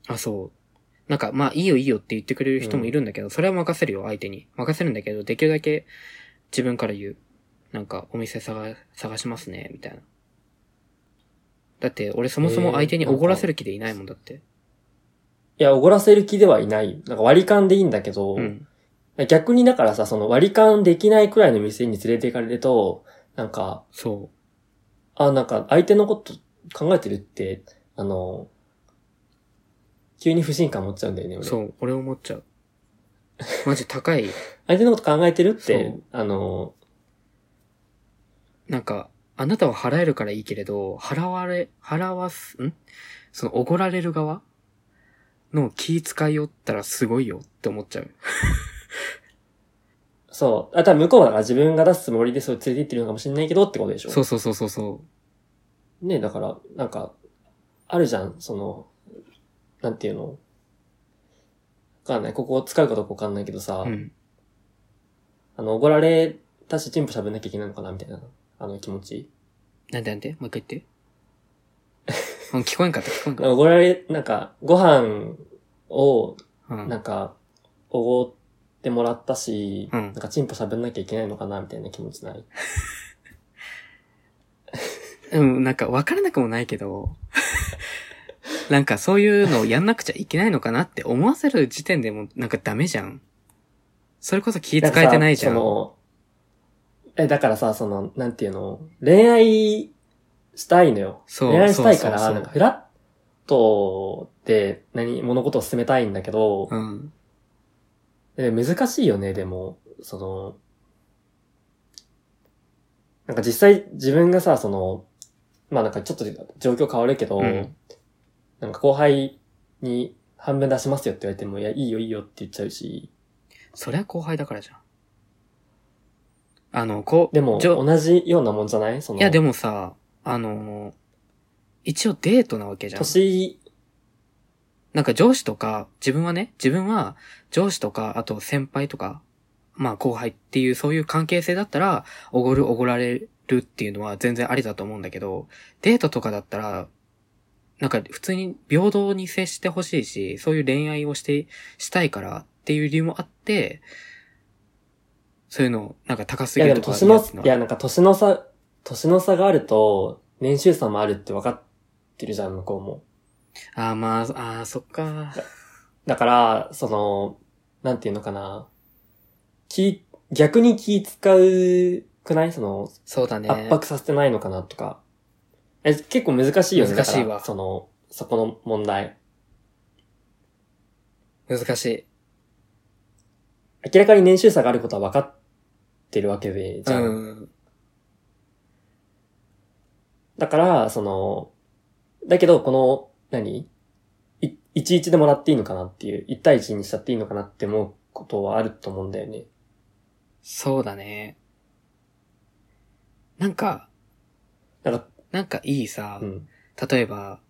あ、そう。なんか、まあ、いいよいいよって言ってくれる人もいるんだけど、それは任せるよ、相手に。任せるんだけど、できるだけ自分から言う。なんか、お店探、探しますね、みたいな。だって、俺そもそも相手におごらせる気でいないもんだって。
いや、おごらせる気ではいない。なんか割り勘でいいんだけど、
うん。
逆にだからさ、その割り勘できないくらいの店に連れて行かれると、なんか、
そ
あ、なんか相手のこと考えてるって、あの、急に不信感持っちゃうんだよね、
う。
俺。
そう。俺思っちゃう。マジ高い。
相手のこと考えてるっ
そ
て
う、
あの、
なんか、あなたは払えるからいいけれど、払われ、払わす、んその、おごられる側の気遣いよったらすごいよって思っちゃう。
そう。あ、多分向こうはだから自分が出すつもりでそう連れて行ってるのかもしれないけどってことでしょ
そうそうそうそうそう。
ねだから、なんか、あるじゃん、その、なんていうの。わかんない。ここ使うかどうかわかんないけどさ、
うん。
あの、おごられたし、チンポ喋んなきゃいけないのかな、みたいな、あの気持ち。
なんでなんでもう一回言って。うん聞こえんかった、聞こえんかっ
おごられ、なんか、ご飯を、
た。うん。
なんか、おごってもらったし、
うん
なんかチンポ喋んなきゃいけないのかなみたいな気持ちない。
うん、なんかわからなくもないけど、 なんかそういうのをやんなくちゃいけないのかなって思わせる時点でもうなんかダメじゃん。それこそ気使えてないじゃん。
だから
う
さそのえ、だからさ、その、なんていうの、恋愛したいのよ。
そう
恋愛したいから、
そうそうそう
なんかフラットで何、物事を進めたいんだけど、
ん。
え難しいよね、でも、その、なんか実際自分がさ、その、まあなんかちょっと状況変わるけど、
うん
なんか後輩に半分出しますよって言われても、いや、いいよいいよって言っちゃうし、
そりゃ後輩だからじゃん。あの、こう、
でも
じょ
同じようなもんじゃないその、
いやでもさ、あの、一応デートなわけじゃん。
年、
なんか上司とか、自分はね、自分は上司とか、あと先輩とか、まあ後輩っていうそういう関係性だったら、おごるおごられるっていうのは全然ありだと思うんだけど、デートとかだったら、なんか普通に平等に接してほしいし、そういう恋愛をして、したいからっていう理由もあって、そういうの、なんか高す
い
ぎ
やで
ると
も
か
年の
嫌って、
い
いうのは
やなんか年の差、年の差があると、年収差もあるって分かってるじゃん、向こうも。
ああまあ、ああ、そっか。
だから、その、なんていうのかな。気、逆に気使うくないその、
そうだね。
圧迫させてないのかなとか。え、結構難しいよね。
難しいわ
だからその、そこの問題。
難しい。
明らかに年収差があることは分かってるわけで、じ
う
ゃん。
ん。
だから、その、だけど、この、何い、11でもらっていいのかなっていう、1対1にしちゃっていいのかなって思うことはあると思うんだよね。
そうだね。なんか、
なんか、
なんかいいさ、
うん。
例えば、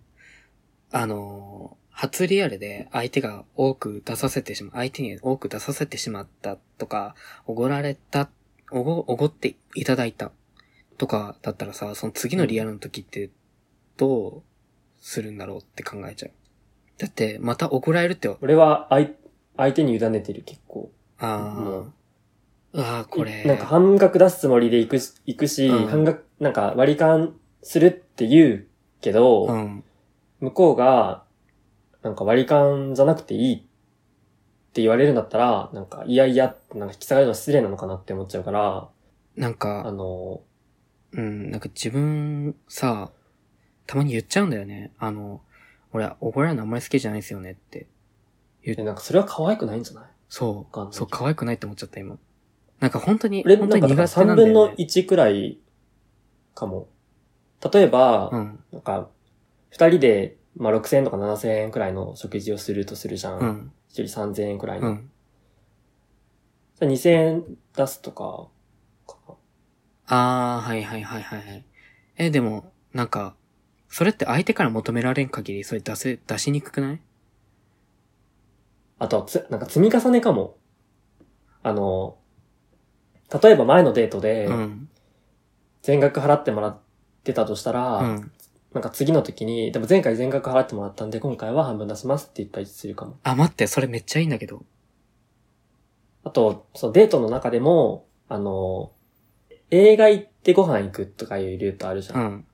あのー初リアルで相手が多く出させてしま、相手に多く出させてしまったとか、おごられた、おご、おごっていただいたとかだったらさ、その次のリアルの時ってどうするんだろうって考えちゃう。だって、またおごられるって、
俺は、相、相手に委ねてる、結構。も
あ
う
あ、ああ、これ。
なんか半額出すつもりで行くし、行くし、
うん
半額、なんか割り勘するって言うけど、
うん。
向こうが、なんか割り勘じゃなくていいって言われるんだったら、なんか、いやいやって、なんか引き下がるのは失礼なのかなって思っちゃうから、
なんか
あ、の、
うん、なんか自分、さ、たまに言っちゃうんだよね。あの、俺、怒られるのあんまり好きじゃないですよねって。
えなんかそれは可愛くないんじゃない
そ
わかんな
う。
い
そう、可愛くないって思っちゃった、今。なんか本当に、
俺、
本
な
当に
ん
苦
か
手な
3
んだ
分の
よね。
1くらいかも。例えば、
うん、
なんか、2人で、まあ、6000円とか7000円くらいの食事をするとするじゃん。
うん、
1人3000円くらいの。
うん。
じゃあ2000円出すとか、かな
あー、はいはいはいはいはい。え、でも、なんか、それって相手から求められん限り、それ出せ、出しにくくない
あとはつ、なんか積み重ねかも。あの、例えば前のデートで
う、ん、
全額払ってもらってたとしたら、
うん。
なんか次の時に、でも前回全額払ってもらったんで、今回は半分出しますって言ったりするかも。
あ、待って、それめっちゃいいんだけど。
あと、そのデートの中でも、あの、映画行ってご飯行くとかいうルートあるじゃ。
うんん。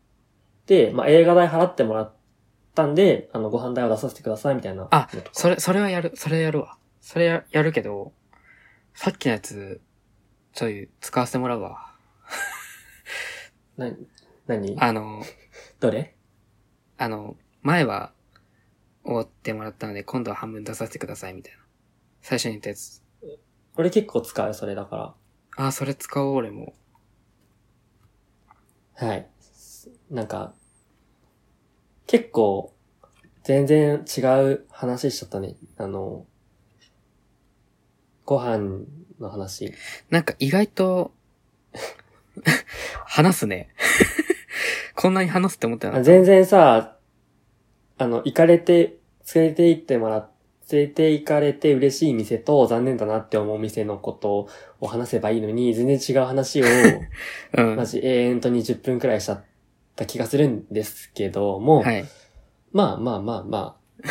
で、まあ、映画代払ってもらったんで、あの、ご飯代を出させてくださいみたいなのとか。
あそれ、それはやる、それやるわ。それややるけど、さっきのやつ、ちょい、使わせてもらうわ。
な、何
あの、
どれ
あの、前は、おごってもらったので、今度は半分出させてください、みたいな。最初に言ったやつ。
俺結構使う、それだか
あ、それ使おう、俺も。
ら。はい。なんか、結構、全然違う話しちゃったね。あの、ご飯の話。
なんか意外と、 話すね。 こんなに話すって思った
あ
な。
全然さ、あの、行かれて、連れて行ってもら連れて行かれて嬉しい店と残念だなって思う店のことを話せばいいのに、全然違う 話を、
う
マ
ん。
ジ永遠と20分くらいしちゃった気がするんですけども、
はい。
まあまあまあまあ、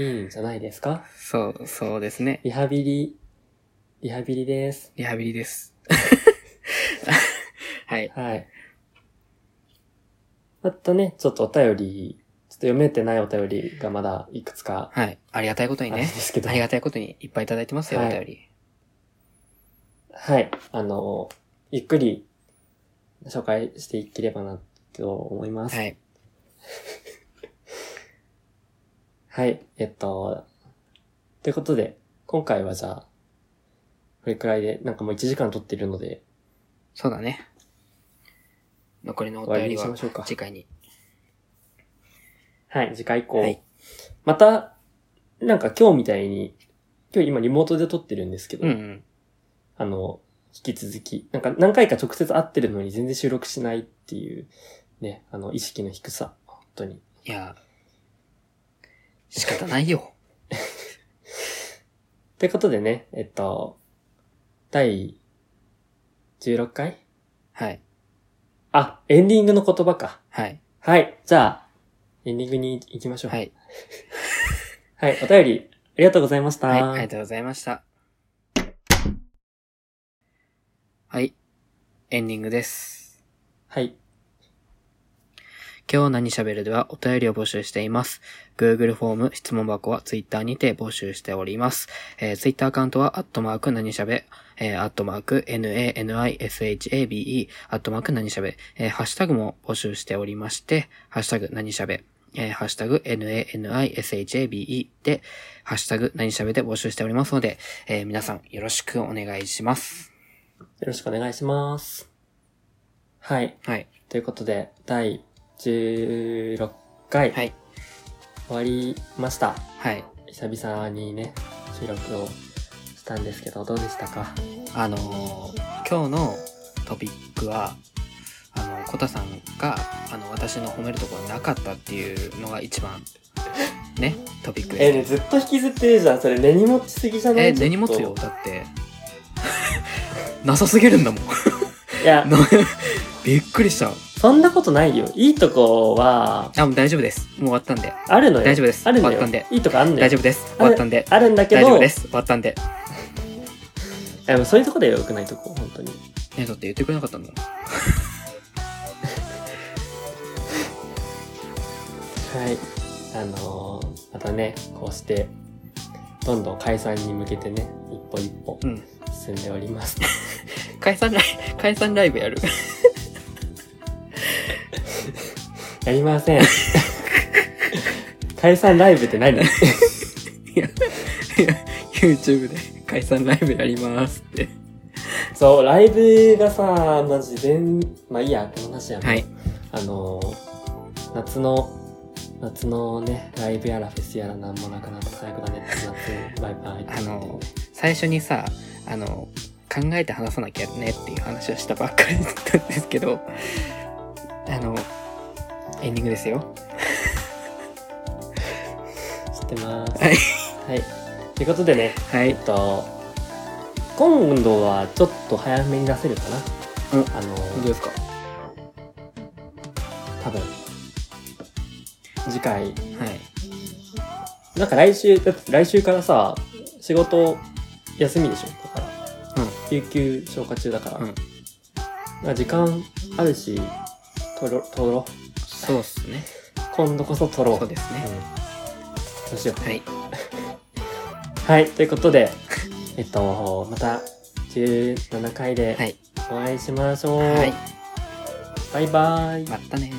いいんじゃないですか
そう、そうですね。
リハビリリハビリです。
リハビリです。 はい。
はい。あとね、ちょっとお便り、ちょっと読めてないお便りがまだいくつか
はい。ありがたいこと
あ
に
るんで
ね。
すけど、
ありがたいことにいっぱいいただいてますよ、
はい
お便り。
はい。あの、ゆっくり紹介していければなと思います。。
はいい。
はい。えっと、ということで、今回はじゃあ、これくらいで、なんかもう1時間撮ってるので、
そうだね。残りの
終
お
わり
便り
にし
は
ましょうか。
次回に。
はい、次回以降。
はい
また、なんか今日みたいに、今日今リモートで撮ってるんですけど、
うんうん。
あの、引き続き、なんか何回か直接会ってるのに全然収録しないっていう、ね、あの、意識の低さ、本当に。
いや、仕方ないよ。
ということでね、えっと、第16回
はい。
あ、エンディングの言葉か。
はい。
はい、じゃあ、エンディングに行きましょう。
は。い。
はい、お便り、ありがとうございました。
はい。ありがとうございました。はい。エンディングです。
はい。
今日何喋るではお便りを募集しています。Google フォーム、質問箱は Twitter にて募集しております。えー Twitter アカウントは、アットマーク何喋、えー、アットマーク nanishabe、アットマーク何喋、えーハッシュタグも募集しておりまして、ハッシュタグ何喋、えーハッシュタグ nanishabe で、ハッシュタグ何喋で募集しておりますので、えー皆さんよろしくお願いします。
よろしくお願いします。はい。
はい。
ということで、第16回、
はい。
終わりました。
はい。
久々にね、収録をしたんですけど、どうでしたか
あのー今日のトピックはあのコタさんがあの私の褒めるところなかったっていうのが一番ねトピック
えーね、
です、
ずっと引きずってるじゃん。それ根に持ちすぎじゃない
え根に持つよ。だって なさすぎるんだ もん
いや、
なびっくりした
そんなことないよ。いいとこは、
あもう大丈夫ですもう終わったんで
あるのよ。
大丈夫です
あるの
終わっ
よ
たんで。
いいとこあるのよ。
大丈夫です終わったんで
あるんだけど、
大丈夫です終わったんで
いや。もうそういうとこだよ、良くないとこ、本当に。
えだって言ってくれなかったんだもん
はい。あのーまたね、こうして、どんどん解散に向けてね、一歩一歩
うん
進んでおります。
解散ライブ解散ライブやる
やりません。 解散ライブって何
YouTube で解散ライブやりますって
そう、ライブがさ、マジ全、まあいいや、この話やな
はい
あのー夏の、夏のね、ライブやらフェスやらなんもなくなって最悪だねって夏、バイバイって
あ
なって
の最初にさあの考えて話さなきゃねっていう話をしたばっかりだったんですけどあのエンディングですよ
知ってます。
はい。
はい。ということでね、
はい
えっと、今度はちょっと早めに出せるかな。
うん
あの
本当ですか
多分。次回。
はい
なんか来週、だって来週からさ、仕事休みでしょだから。
うん
有給消化中だから。
うん
まあ時間あるし、取ろ、取ろ。
そうっすね
今度こそ取ろう。
そうですね
うん。どうしよう。
はい
はい、ということで、えっと、また17回
は
で
い
お会いしましょう。
はい
バイバイ。
またねー